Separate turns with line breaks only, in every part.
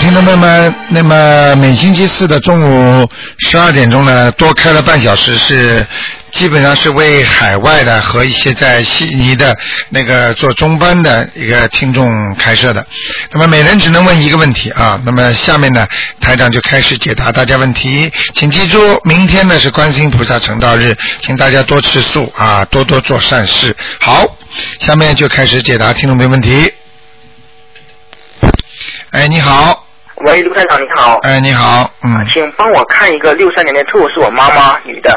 听众朋友们，那么每星期四的中午十二点钟呢，多开了半小时是。基本上是为海外的和一些在悉尼的那个做中班的一个听众开设的。那么每人只能问一个问题啊。那么下面呢，台长就开始解答大家问题。请记住，明天呢是观世音菩萨成道日，请大家多吃素啊，多多做善事。好，下面就开始解答听众朋友问题。哎，你好。
喂，卢台长，你好。
哎，你好。嗯。哎
请帮我看一个六三年的兔，是我妈妈，女的。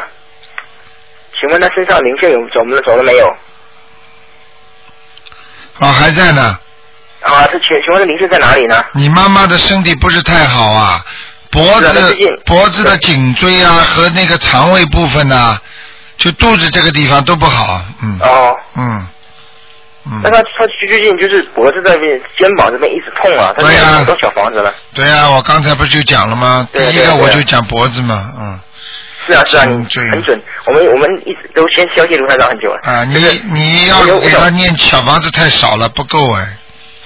请问他身上灵性有走没走了没有？
啊，还在呢。
啊，是请请问这灵性在哪里呢？
你妈妈的身体不是太好啊，脖
是啊那
子
最近、
脖子的颈椎啊和那个肠胃部分呐、就肚子这个地方都不好，嗯
哦，
嗯
那
嗯，
他他最近就是脖子这边、肩膀这边一直痛啊，他
对哎呀
有很多小房子了。
对啊，我刚才不是就讲了吗？第
对啊
一
对
个
啊
我
对啊
就讲脖子嘛，嗯。
是啊是啊，
嗯
你
对
很准。我们我们一直都先消谢卢台长很久了。
啊，你
就是
你要
我有
给他
我有
念小房子太少了，不够哎，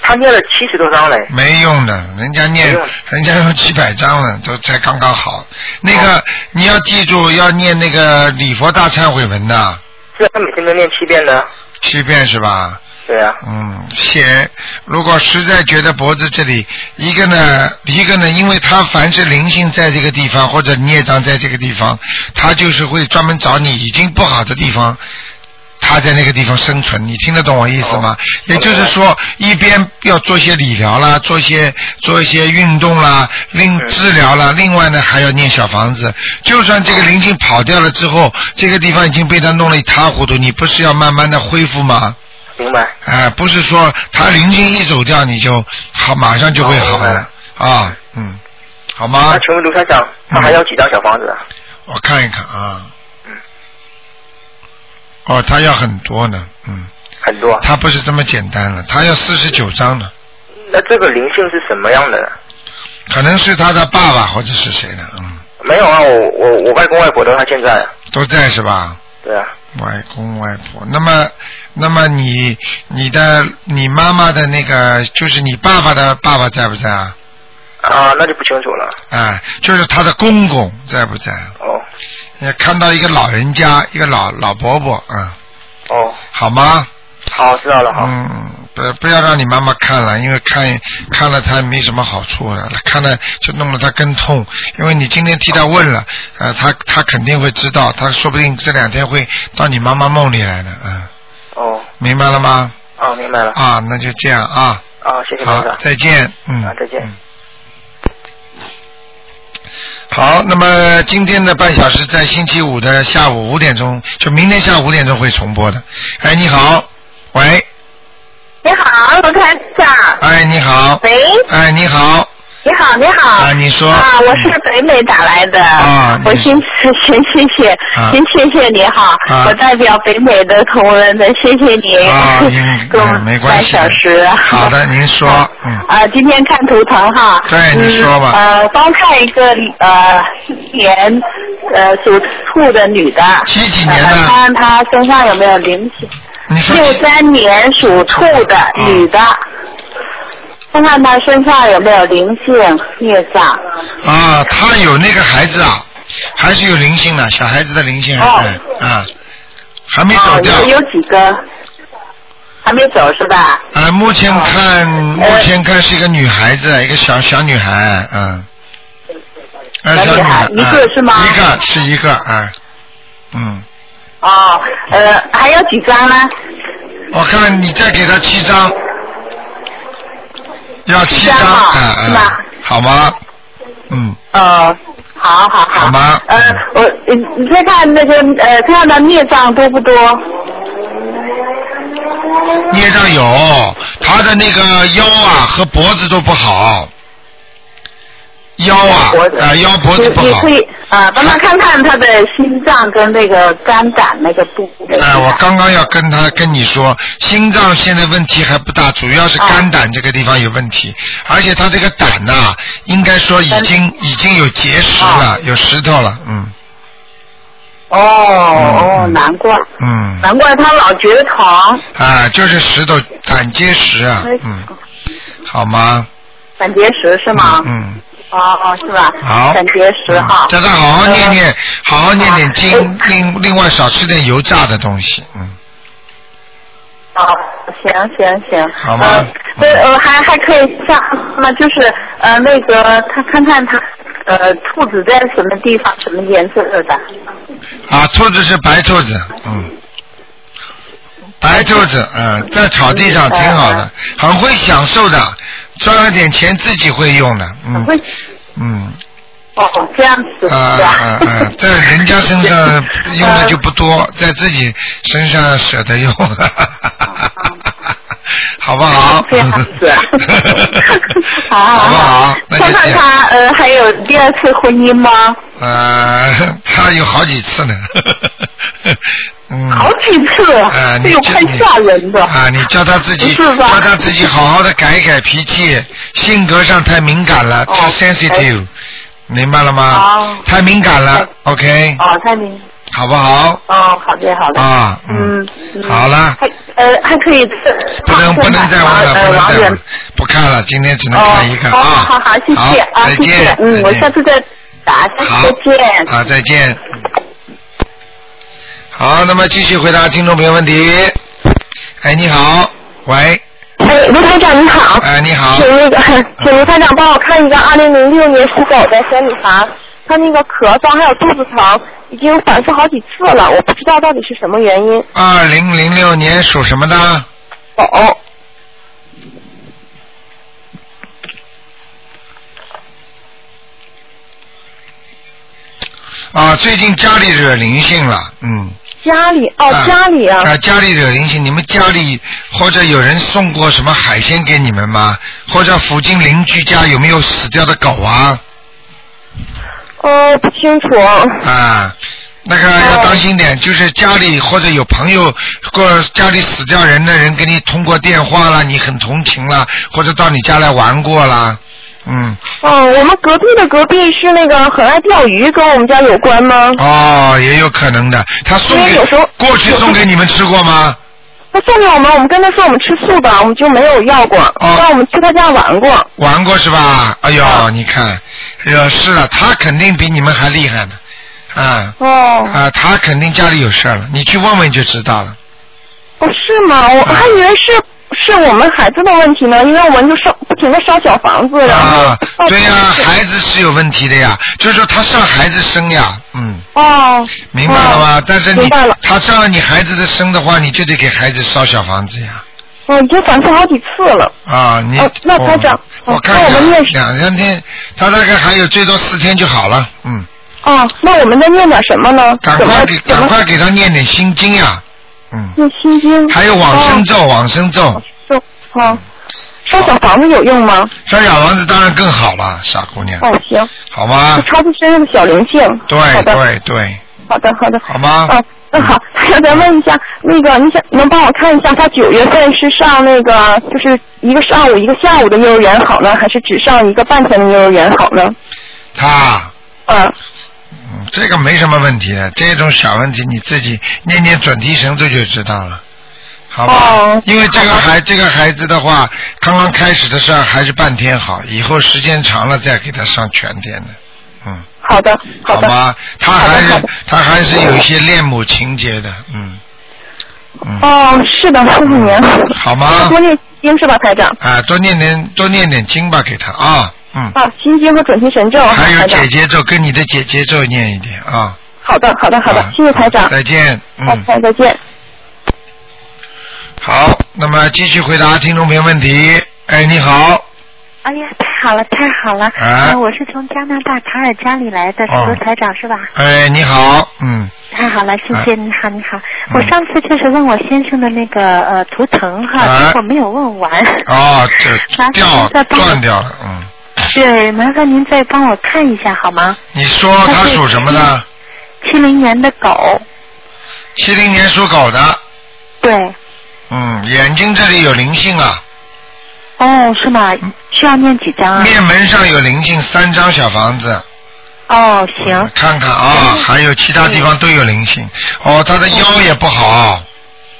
他念了七十多张嘞。
没用的，人家念
没用，
人家有几百张了，都才刚刚好。那
哦
个、你要记住，要念那个礼佛大忏悔文呐、
是啊，他每天都念七遍呢。
七遍是吧？
对啊，
嗯，写。如果实在觉得脖子这里，一个呢，一个呢，因为他凡是灵性在这个地方或者孽障在这个地方，他就是会专门找你已经不好的地方，他在那个地方生存。你听得懂我意思吗？也就是说，一边要做些理疗啦，做些做一些运动啦，另
嗯
治疗啦，另外呢还要念小房子。就算这个灵性跑掉了之后，这个地方已经被他弄得一塌糊涂，你不是要慢慢的恢复吗？
明白。
哎，不是说他灵性一走掉你就好，马上就会好
哦
了啊，嗯，好
那、
吗？
请问卢台长，他还要几张小房子啊？
我看一看啊
嗯。
哦，他要很多呢，嗯，
很多啊。
他不是这么简单了，他要四十九张呢，
那这个灵性是什么样的呢？
可能是他的爸爸或者是谁的，嗯，
没有啊，我我我外公外婆都还健在啊。
都在是吧？
对啊，
外公外婆，那么，那么你你的你妈妈的那个，就是你爸爸的爸爸在不在啊？
啊，那就不清楚了。
哎，就是他的公公在不在啊？
哦
也呃看到一个老人家，一个老老伯伯，嗯，
哦，
好吗？
好，知道了，好。
嗯，不不要让你妈妈看了，因为看看了她没什么好处了，看了就弄得她更痛。因为你今天替她问了，呃，她她肯定会知道，她说不定这两天会到你妈妈梦里来的，嗯，
哦，
明白了吗？
啊，明白了。
啊，那就这样啊，
啊，谢谢台
好
长，。
再见，嗯，
啊再见
嗯好，那么今天的半小时在星期五的下午五点钟，就明天下午五点钟会重播的。哎，你好，喂，
你好，罗台长。
哎，你好，
喂，
哎，你好，
你好，你好。
啊你说
啊，我是北美打来的。
啊
我
你
先先谢谢，
啊
先谢谢你哈。
啊
我代表北美的同仁们，谢谢你。
啊嗯
给我
嗯
们
没关
半
系
小时。
好的，您说，嗯，
啊，今天看图腾哈。
对你说吧
嗯、呃，帮看一个呃，一年呃属兔的女的。
几几年的
呃看看她身上有没有灵性。
你说
六三年属兔的
嗯
女的，看看她身上有没有灵性孽障。
啊，他有那个孩子啊，还是有灵性的，小孩子的灵性还在、啊，还没走
哦，
掉。
有有几个还没走是吧？
啊，目前
哦
看，目
呃
前看是一个女孩子，一个小小女孩，嗯，啊，
小
女
女孩一个
啊
是吗
一个是一个啊，嗯，
哦，呃，还有几张呢？
我看你再给她七张，要七
七张啊
啊
是吧
啊，好吗？嗯，
呃，好好好。
好吗嗯
呃，我呃你再看那个呃，看看她孽障多不多？
捏上有，她的那个腰啊和脖子都不好，腰啊
脖子
啊腰脖
你
子不
你
好
可，以啊，帮她看看她的心脏跟那个肝胆那个部位。
哎，我刚刚要跟他跟你说，心脏现在问题还不大，主要是
哦
肝胆这个地方有问题，而且他这个胆呐、应该说已
嗯
经已经有结石了，有石头了，嗯
哦
嗯
哦，
嗯
难怪。
嗯，
难怪他老觉得疼。
啊，就是石头胆结石啊，嗯，好吗？
胆结石哎是吗？
嗯，
哦哦，是吧？
好。嗯
胆结石哈。
叫他好好念念，好好念念经
嗯，
另另外少吃点油炸的东西，嗯。
哦，行行行，
好吗
呃对，呃，还还可以下，那就是呃，那个他看看他呃，兔子在什么地方，什么颜色的？
啊，兔子是白兔子，嗯，白兔子，嗯，在草地上挺好的，很会享受的，赚了点钱自己会用的，嗯
会
嗯，
哦，这样子是
啊啊
吧？
啊，在人家身上 用的就
嗯
不多，在自己身上舍得用，好不 好？，
哦这样子好
好不
好
好？那
看
就这
看
样。
他呃，还有第二次婚姻吗？
呃，他有好几次呢。 嗯。
好几次，
啊，
这
你
个
叫
快
你
吓人的。
啊，你叫他自己，
不是吧
叫他自己好好的改一改脾气，性格上太敏感了
哦
，too sensitive，明白了吗
哦？
太敏感了，OK，
哦，太明，
好不好？
哦，好的好的。
啊，
嗯，嗯
好了
还呃还可以
不能不能再问了，
呃
不能再
哎王
问
源
了，不看了，今天只能
哦，
看一个啊。
好好好，谢谢啊，
再
谢谢
见，，
嗯，我下次再打，下
好，
次再见。
啊，再见。好，那么继续回答听众朋友问题。哎，你好，喂，
哎，卢台长你好，
哎，你好，
请那个， 请卢台长帮我看一个二零零六年属狗的小女孩，她那个咳嗽还有肚子疼，已经反复好几次了，我不知道到底是什么原因。哦
二零零六年属什么的？
狗、
啊，最近家里惹灵性了，嗯。
家里哦、
啊
家里啊，
啊，家里惹灵性，你们家里或者有人送过什么海鲜给你们吗？或者附近邻居家有没有死掉的狗啊？
呃不清楚。
啊，那
哦
个要当心点，就是家里或者有朋友过家里死掉人的人给你通过电话了，你很同情了，或者到你家来玩过了，嗯，
嗯，我们隔壁的隔壁是那个很爱钓鱼，跟我们家有关吗？
哦，也有可能的。他送
因
给
为有时候
过去
有时候
送给你们吃过吗？
他送给我们，我们跟他说我们吃素的，我们就没有要过，
啊
但我们去他家玩过。
玩过是吧？
嗯
哎呦，你看，惹事了，他肯定比你们还厉害呢，啊
哦，
啊，他肯定家里有事儿了，你去问问就知道了。
哦，是吗？我
啊
还以为是是我们孩子的问题呢，因为我们就烧不停的烧小房子，然后哦
啊，对呀、孩子是有问题的呀，就是说他上孩子生呀，嗯，
哦，
明白了吗？
哦
但是你
明白了，
他上了你孩子的生的话，你就得给孩子烧小房子呀。
我已经反复好几次了。
啊，你、
哦那台长
我我
哦
看
那我们
看
念
两三天，他大概还有最多四天就好了，嗯，
哦，那我们再念点什么呢？
赶
怎么
快给
怎
赶
么
快给他念点心经呀，嗯。
念心经？
还有往生咒，往生咒
哦。，就哦，烧小房子有用吗？
烧小房子当然更好了，傻姑娘，
哦，行，
好吗
就？超出身上的小灵性。
啊对
好的，
对对，
好的，好的。
好吗？
哦，那好，再问一下，那个你想能帮我看一下，他九月份是上那个就是一个上午一个下午的幼儿园好呢，还是只上一个半天的幼儿园好呢？
他，
嗯，
嗯，这个没什么问题的，这种小问题你自己念念准提神咒就知道了。好吧
哦，
因为这个
好的
孩这个孩子的话，刚刚开始的时候还是半天好，以后时间长了再给他上全天的，嗯，
好的，
好
的，
吗？他
好
还是
的
他还是有一些恋母情节的，嗯，嗯，
哦，是的，谢谢您。
好吗？
多念经是吧，台长？
啊，多念点多念点经吧，给他啊，嗯，
啊，心经和准提神咒，
哦
还有
台长
姐。姐咒，跟你的姐姐咒念一点啊。
好的，好的，好的
啊，
谢谢台长。
再见，嗯，
OK，再见。
好，那么继续回答听众朋友问题。哎，你好，
哎呀，太好了，太好了！
啊
呃我是从加拿大卡尔加里来的，是
哦
卢台长是吧？
哎，你好，嗯，
太好了，谢谢，你好，你好。
嗯
我上次就是问我先生的那个呃图腾
啊
哈，结果没有问完。
哦，这
麻烦
掉
您再帮我
断掉了，嗯，
对，麻烦您再帮我看一下好吗？
你说
他
他
是
属什么的？
七零年的狗，
七零年属狗的，
对，
嗯，眼睛这里有灵性啊，
哦，是吗？
嗯
需要念几张啊？
面门上有灵性，三张小房子，
哦，行，嗯
看看啊，还有其他地方都有灵性，哦，他的腰也不好。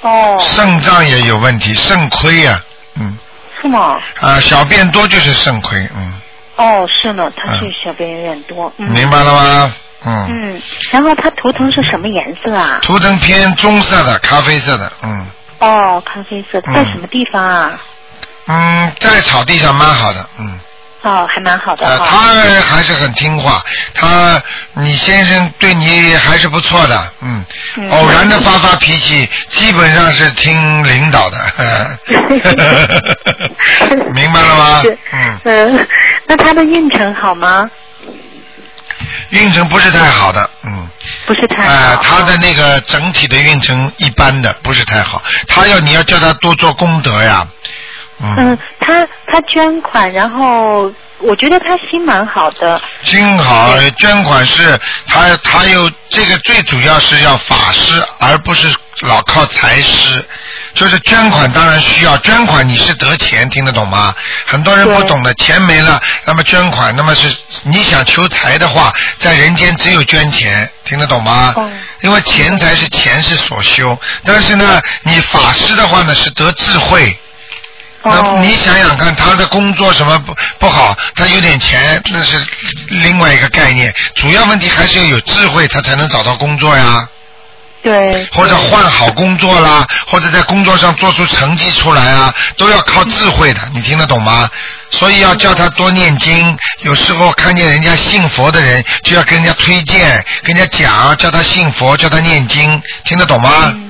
哦，
肾脏也有问题，肾亏呀、嗯，
是吗？
啊，小便多就是肾亏，嗯，
哦，是呢，他
嗯
是小便有点多。嗯
明白了吗？嗯，
嗯，然后他图腾是什么颜色啊？
图腾偏棕色的，咖啡色的，嗯
哦，咖啡色，
嗯
在什么地方啊？
嗯，在草地上蛮好的，嗯。
哦，还蛮好的
呃，
哈。
他还是很听话，他你先生对你还是不错的，嗯，
嗯
偶然的发发脾气，基本上是听领导的， 明白了吗
是？
嗯，
嗯，那他的运程好吗？
运程不是太好的，嗯，
不是太好。
呃，他的那个整体的运程一般的，不是太好，他要你要叫他多做功德呀，
嗯，他他捐款，然后我觉得他心蛮好的。
均好捐款是他他有这个最主要是要法师，而不是老靠财师。就是捐款当然需要，捐款你是得钱，听得懂吗？很多人不懂的，钱没了，那么捐款，那么是你想求财的话，在人间只有捐钱，听得懂吗？
哦
因为钱财是钱是所修，但是呢，你法师的话呢是得智慧。那
哦，
你想想看，他的工作什么不不好，他有点钱，那是另外一个概念。主要问题还是要有智慧，他才能找到工作呀，
对，
或者换好工作啦，或者在工作上做出成绩出来啊，都要靠智慧的。你听得懂吗？所以要叫他多念经。有时候看见人家信佛的人，就要跟人家推荐，跟人家讲，叫他信佛，叫他念经，听得懂吗？
嗯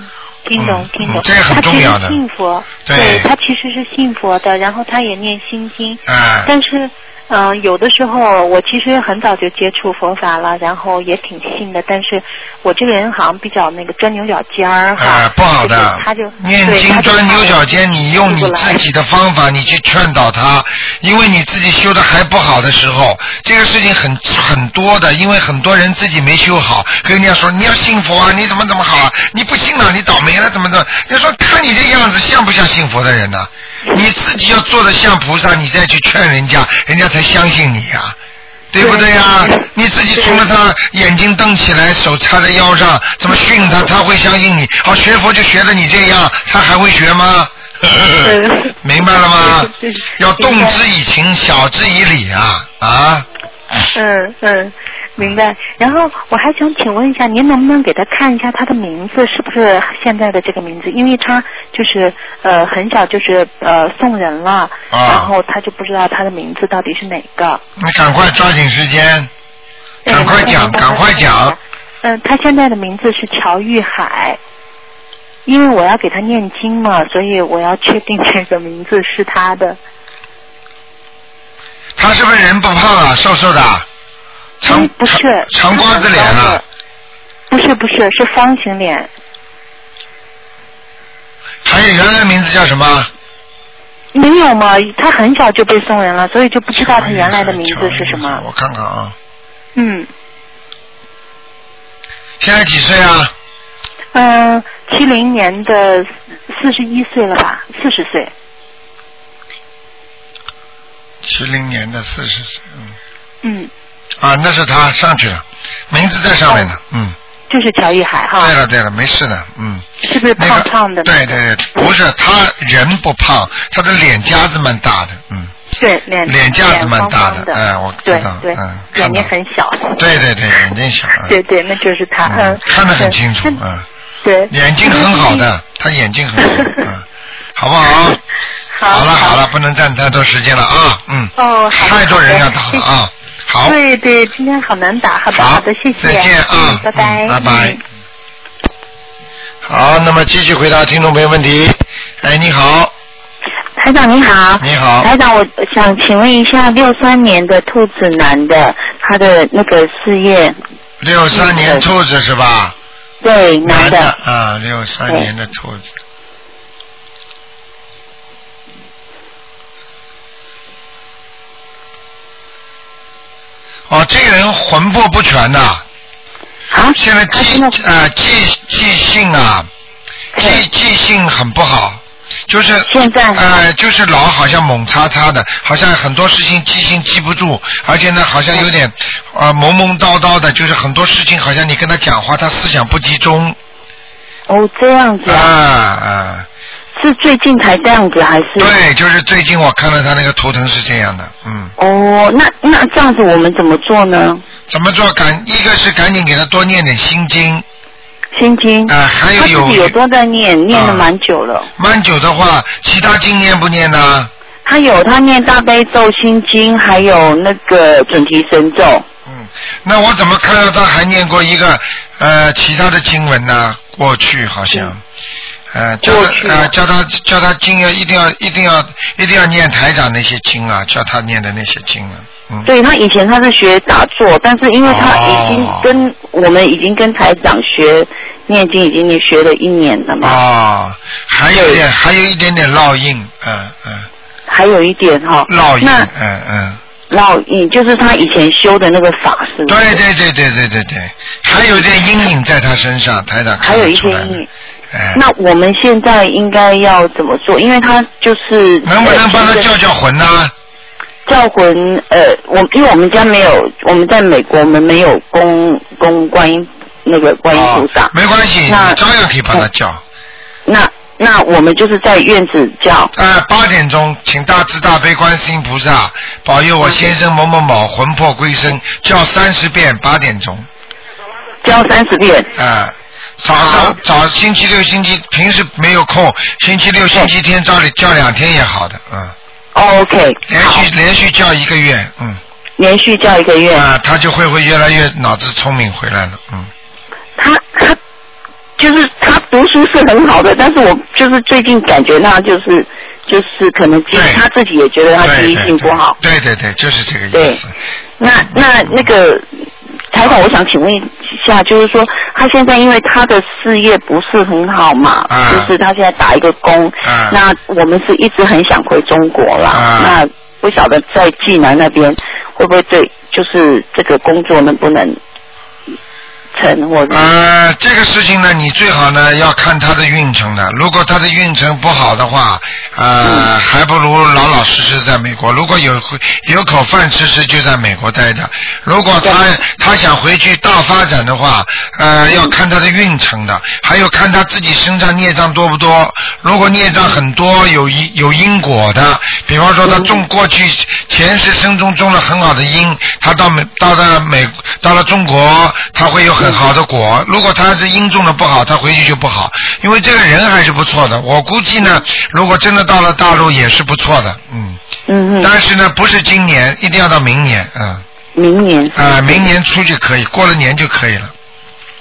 听懂
嗯
听懂
嗯，这个很
他其
重
实
要的
信佛，
对
他其实是信佛的，然后他也念心经，
哎、
但是。嗯、有的时候我其实很早就接触佛法了，然后也挺信的，但是我这个人好像比较那个钻牛角尖儿哈。
啊，不好的
就是他就。
念
对
经
他就
钻牛角尖，你用你
不来
自己的方法，你去劝导他，因为你自己修的还不好的时候，这个事情很很多的，因为很多人自己没修好，跟人家说你要信佛啊，你怎么怎么好啊，你不信了，你倒霉了，怎么怎么？人家说看你这样子像不像信佛的人呢、你自己要做的像菩萨，你再去劝人家，人家才相信你呀、对不对呀、你自己冲着他眼睛瞪起来，手插在腰上，怎么训他，他会相信你？好，学佛就学的你这样，他还会学吗？ 明白了吗？要动之以情，晓之以理啊啊！
嗯嗯，明白。然后我还想请问一下，您能不能给他看一下他的名字是不是现在的这个名字？因为他就是呃很小就是呃送人了，
啊
然后他就不知道他的名字到底是哪个。
你赶快抓紧时间，赶快讲，赶快讲。。
嗯、他现在的名字是乔玉海。因为我要给他念经嘛，所以我要确定这个名字是他的。
他是不是人不胖啊，瘦瘦的啊，长
哎不是
长长瓜子脸
他很高
啊
的，不是不是，是方形脸。
还有原来名字叫什么？
没有嘛，他很小就被送人了，所以就不知道他原来的名字是什么。
我看看啊，
嗯
现在几岁啊？
嗯，七零年的四十一岁了吧，四十岁。
七零年的四十岁，嗯，
嗯，
啊，那是他上去了，名字在上面
哦
呢，嗯，
就是乔玉海哈
对，了对了，没事的，嗯，
啊是不是
那
胖
个
胖的？
对对对，不是他人不胖，他的脸颊子蛮大的，嗯，
对脸
脸颊子蛮大
方方
的，
的，
哎，我知
对
道，
对
嗯，，
眼
看到
睛，很小。
对对对，眼睛小，嗯
对对，那就是他。
嗯
嗯，，
看得很
对
清楚，
那
嗯，
对，
眼睛很好的，他眼睛很好，嗯，好不好？
嗯好。
好了好了，不能占太多时间了啊，嗯，
哦，好的
太多人要
好的
打了
谢谢
啊，好。
对对，今天好难打，好的
好
的，谢谢，
再见啊，
嗯拜拜，
嗯拜拜
嗯。
好，那么继续回答听众朋友问题。哎，你好，
台长你
啊
好，
你好，
哎
台长，我想请问一下，六三年的兔子男的，他的那个事业，
六三
嗯
年兔子是吧？
对，男
男的
的，
啊，六三
嗯
年的兔子。哦，这个人魂魄不全呐、
啊，
现在
他现
记
在
啊记记性啊，记
对
记性很不好，就是
现在
哎
呃，就是老好像猛叉叉的，好像很多事情记性记不住，而且呢，好像有点呃懵懵叨叨的，就是很多事情好像你跟他讲话，他思想不集中
哦这样子
啊
啊，
啊，
是最近才这样子还是？
对，就是最近我看到他那个图腾是这样的，嗯，
哦，那那这样子我们怎么做呢？
怎么做？赶一个是赶紧给他多念点心经，
心经，
啊还有
他自己
有嗯
有多在念，念了蛮久了。
慢久的话，其他经念不念呢？
他有他念大悲咒、心经，还有那个准提神咒。
嗯，那我怎么看到他还念过一个呃其他的经文呢？过去好像，呃，叫
嗯过
他
去
呃叫他叫他经要一定要一定要一定要念台长那些经啊，叫他念的那些经啊，嗯，
对他以前他是学打坐，但是因为他已经
哦
跟、我们已经跟台长学念经，已经学了一年了嘛，
哦，还有一点还有一点点烙印，嗯嗯，
还有一点哈、
烙印，
那
嗯嗯，
老印就是他以前修的那个法是不
对
是？
对对对对对对，还有一点阴影在他身上，台长
还
看
有
得
一
出
些
来
阴
的
影。，
哎，
那我们现在应该要怎么做？因为他就是
能不能帮他
呃
叫叫魂呢、
叫魂？呃，我因为我们家没有，我们在美国我们没有供供观音那个观音菩萨，
哦没关系，你
那嗯
照样可以帮他叫。
那那我们就是在院子叫。
呃，八点钟，请大慈大悲观世音菩萨保佑我先生某某某魂魄归生，叫三十遍，八点钟。
教三十遍，
啊、早
好
上早星期六、星期平时没有空，星期六、星期天照理叫两天也好的，嗯，
哦 OK，
连
好，
续连续叫一个月，嗯，
连续教一个月。
啊、他就会会越来越脑子聪明回来了，嗯。
他他就是他读书是很好的，但是我就是最近感觉他就是就是可能记
对
他自己也觉得他记
对
忆
对
性不好。
对对对，就是这个意
对
思。
那那那个台长，我想请问一下，就是说他现在因为他的事业不是很好嘛，
啊
就是他现在打一个工，
啊
那我们是一直很想回中国啦，
啊
那不晓得在济南那边会不会对，就是这个工作能不能成或者、
呃，这个事情呢，你最好呢要看他的运程的。如果他的运程不好的话，呃，还不如老老实实在美国。如果有有口饭吃吃，就在美国待着。如果他他想回去大发展的话，呃，要看他的运程的，还有看他自己身上孽障多不多。如果孽障很多，有因有因果的，比方说他种过去前世生中种了很好的因，他到美到了美到了中国，他会有很好的果。如果他是因种的不好，他回去就不好。因为这个人还是不错的，我估计呢，如果真的到了大陆也是不错的，嗯。
嗯嗯，
但是呢，不是今年，一定要到明年，嗯啊、
明年是
明年出就可以，过了年就可以了。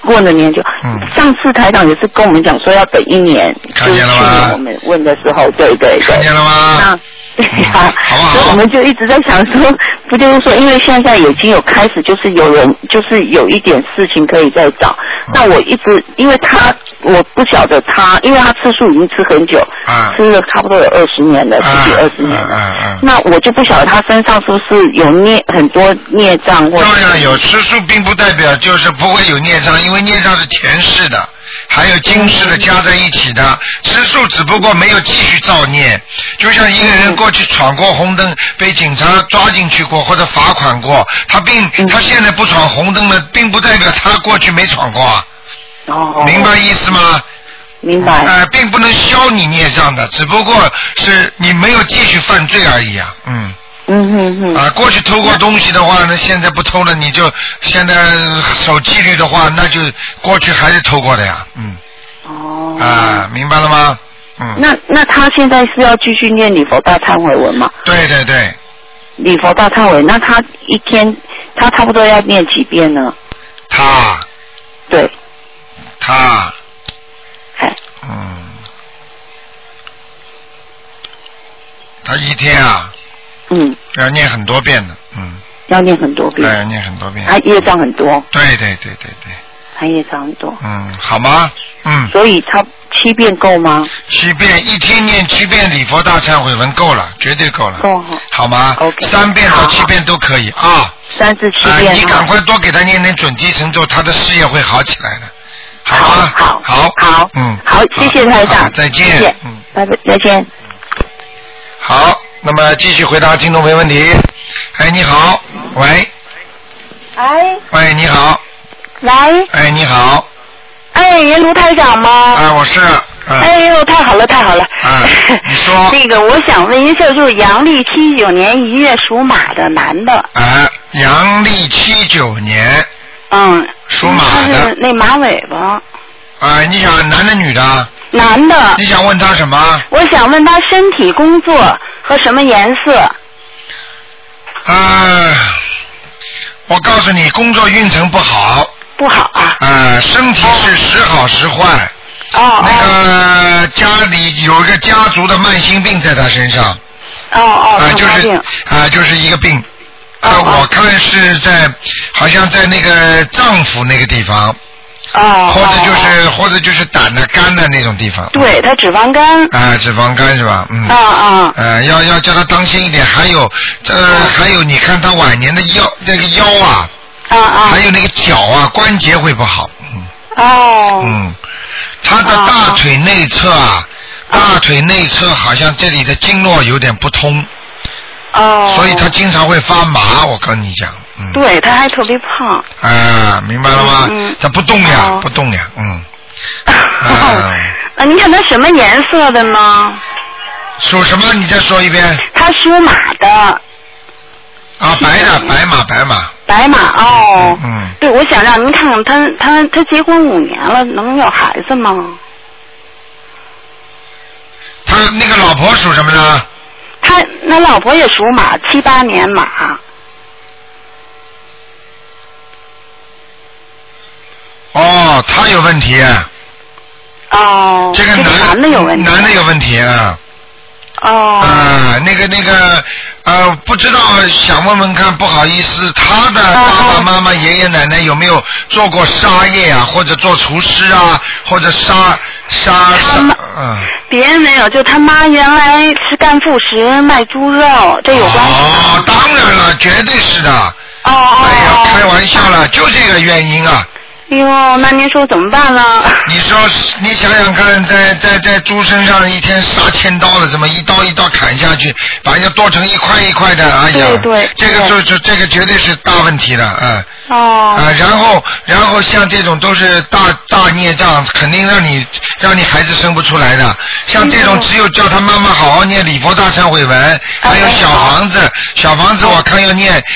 过了年就。
嗯
上次台长也是跟我们讲说要等一年，
看见了吗
就是去年我们问的时候，对对对。
看见了
啊
吗？
那 对呀、
好不好
所以我们就一直在想说，不就是说，因为现在已经有开始，就是有人，就是有一点事情可以再找。
嗯
那我一直，因为他，我不晓得他，因为他吃素已经吃很久，
啊
吃了差不多有二十年了，十几二
嗯
十年了。
啊啊啊
那我就不晓得他身上是不是有孽很多孽障或者
照样有吃素，并不代表就是不会有孽障，因为孽障是前世的，还有今世的加在一起的。吃素只不过没有继续造孽，就像一个
嗯
人过去闯过红灯，被警察抓进去过或者罚款过，他并
嗯
他现在不闯红灯了，并不代表他过去没闯过啊，
哦，
明白意思吗？
明白。
呃，并不能消你孽障的，只不过是你没有继续犯罪而已啊，嗯。
嗯哼哼。
啊，过去偷过东西的话呢，现在不偷了，你就现在守纪律的话，那就过去还是偷过的呀，嗯，
哦。
啊，明白了吗？嗯，
那那他现在是要继续念礼佛大忏悔文吗？
对对对，
礼佛大忏悔，那他一天他差不多要念几遍呢？
他
对，
他，
哎，
嗯，他一天啊
嗯，
要念很多遍的，嗯，
要念很多遍，
哎，要念很多遍，
他业障很多，
对对对对对，
他业障很多，
嗯，好吗？嗯，
所以他七遍够吗？
七遍一天念七遍礼佛大忏悔文够了，绝对够了。
够哈，
好吗
OK
三遍到
好
七遍都可以啊。
三至七
啊，
遍
你赶
哈。
快多给他念点准提神咒，他的事业会好起来的，好吗？
好
好，
好
嗯，
好谢谢台长
好再见，
谢谢
嗯，
拜拜，再见。
好，那么继续回答听众朋友问题。哎，你好，喂，
哎
喂，你好，
喂，
哎，你好，
哎，您卢台长吗？
啊
哎，我是，哎
呦，太好了，太好了。
啊，你 说
那个，我想问一下，就是阳历七九年一月属马的男的，
啊，阳历七九年
嗯，
属马
他是
的，
那马尾巴，
啊，你想男的女的？
男的。
你想问他什么？
我想问他身体、工作和什么颜色？
啊，我告诉你，工作运程不好，
不好啊。
啊，身体是时好时坏。
哦
啊那个家里有一个家族的慢性病在他身上，
哦哦，
啊，就
有毛
是
病。哦
啊，就是一个病。啊，我看是在，好像在那个脏腑那个地方，
哦，
或者就
哦
是或者就是胆的肝的那种地方。
对他脂肪肝。
啊，脂肪肝是吧？嗯。
啊啊
呃，要要叫他当心一点。还有，呃，
哦
还有，你看他晚年的腰那个腰啊，
啊啊
还有那个脚啊，关节会不好。
哦
嗯，他的大腿内侧啊，
哦
大腿内侧好像这里的经络有点不通，
哦。
所以他经常会发麻。我跟你讲，嗯
对他还特别胖。
啊，明白了吗
嗯嗯？
他不动呀
哦，
不动呀，嗯。
啊，你看他什么颜色的呢？
属什么？你再说一遍。
他属马的，
啊，白的，白马，白马。
白马哦。
嗯，
对，我想让您看看他，他他结婚五年了，能有孩子吗？
他那个老婆属什么呢？
他那老婆也属马，七八年马。
哦，他有问题。啊
哦，
这个男
男的有问题。
男的有问题啊。
哦。
啊，那个那个，呃，不知道，想问问看，不好意思，他
啊
的爸爸妈妈、爷爷奶奶有没有做过沙业啊，或者做厨师啊，或者沙沙沙，嗯，
别人没有，就他妈原来是干副食，卖猪肉，这哎有关系吗？
哦，当然了，绝对是的。
哦哦
哎呀，开玩笑了，就这个原因啊。
哎呦，那您说怎么 办呢？
你说，你想想看，在在在猪身上一天杀千刀的，这么一刀一刀砍下去，把人家剁成一块一块的，哎呀，
对对
这个就就这个绝对是大问题了，嗯。
哦。
啊，然后然后像这种都是大大孽障，肯定让你让你孩子生不出来的。像这
嗯
种只有叫他妈妈好好念礼佛大忏悔文，还有小房子，小房子我看要念
嗯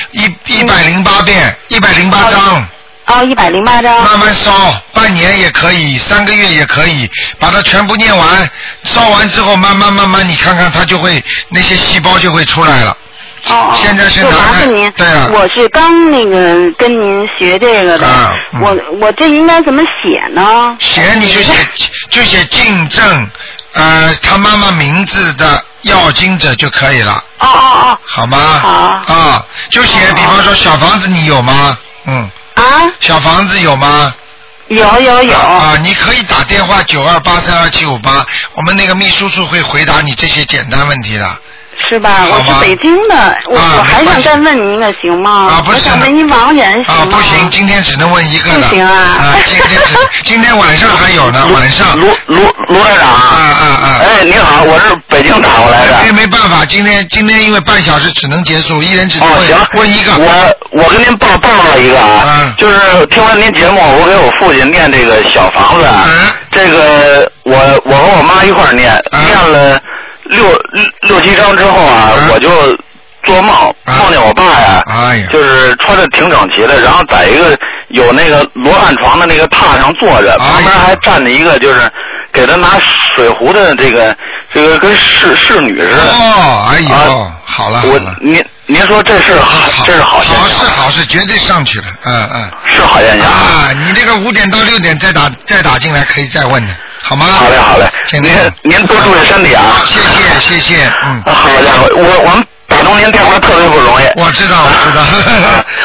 一一百零八遍，一百零八章。
哦，一百零八张。
慢慢烧，半年也可以，三个月也可以，把它全部念完，烧完之后，慢慢慢慢，你看看它就会那些细胞就会出来了。
哦哦
现在是
就
男
麻
孩
烦您，
对了
我是刚那个跟您学这个的，
啊
我我这应该怎么写呢？
写你就写就写进正，呃，他妈妈名字的要经者就可以了，
哦哦
好吗？好啊，就写，比方说小房子你有吗？嗯，
哦啊，
小房子有吗？
有有有，
啊，你可以打电话九二八三二七五八，我们那个秘书处会回答你这些简单问题的。啊
是吧？我
好吧
是北京的，我
啊
我还
没
想
关系
再问您一个行吗？
啊不
我
行
想问您王源行吗？
啊，不行，今天只能问一个了。
不行啊
今天只今天晚上还有呢，晚上。
卢卢卢台长
啊
啊，
啊啊！
哎，您好，我是北京打过来的。
没没办法，今天今天因为半小时只能结束，一人只能
哦，
问、
行了，
问一个。
我我跟您报报了一个啊，就是听完您节目，我给我父亲念这个小房子，啊，这个我我和我妈一块儿念，
啊
念了六六六七章之后啊，我就做梦梦见我爸呀，
啊哎呀，
就是穿的挺整齐的，然后在一个有那个罗汉床的那个榻上坐着，
哎
旁边还站着一个就是给他拿水壶的这个这个跟侍侍女似的。
哦，哎呦，
啊
好了好
我
了，
您您说这是好，这是好现
好
象，啊
事好事，绝对上去了，嗯嗯。
是好现象。
啊，你这个五点到六点再打再打进来可以再问的，好吗？
好嘞好嘞，
请
您
您
您多注意身体啊！
谢谢谢谢，嗯，
好家伙，我我们打通您电话特别不容易。啊
我知道我知 道，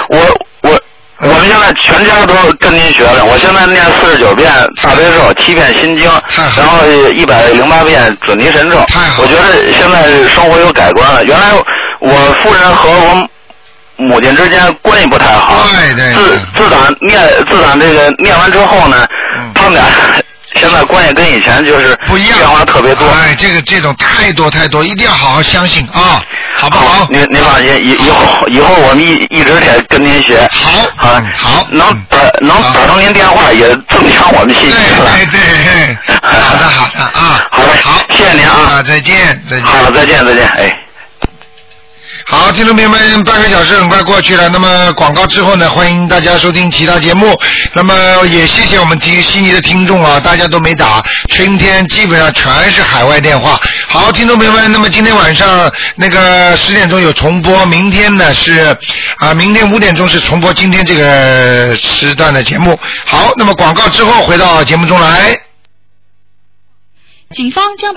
我我我们现在全家都跟您学的，我现在念四十九遍大悲咒，七遍心经，然后一百零八遍准提神咒。我觉得现在生活有改观了。原来我夫人和我母亲之间关系不太好，
对对嗯
自自打念自打这个念完之后呢，他们俩 现在关系跟以前就是
不一样，
变化特别多。
哎，这个这种太多太多，一定要好好相信啊，好不好？
您您放心，以以后以后我们一一直得跟您学。
好，嗯
啊，
好，
能打能打通您电话，也增强我们信心了。
对对，好的好的啊，啊再见，再见。
啊好，再见，再见，哎。
好，听众朋友们，半个小时很快过去了。那么广告之后呢，欢迎大家收听其他节目。那么也谢谢我们提悉尼的听众啊，大家都没打，春天基本上全是海外电话。好，听众朋友们，那么今天晚上那个十点钟有重播，明天呢是啊，明天五点钟是重播今天这个时段的节目。好，那么广告之后回到节目中来。
警方将。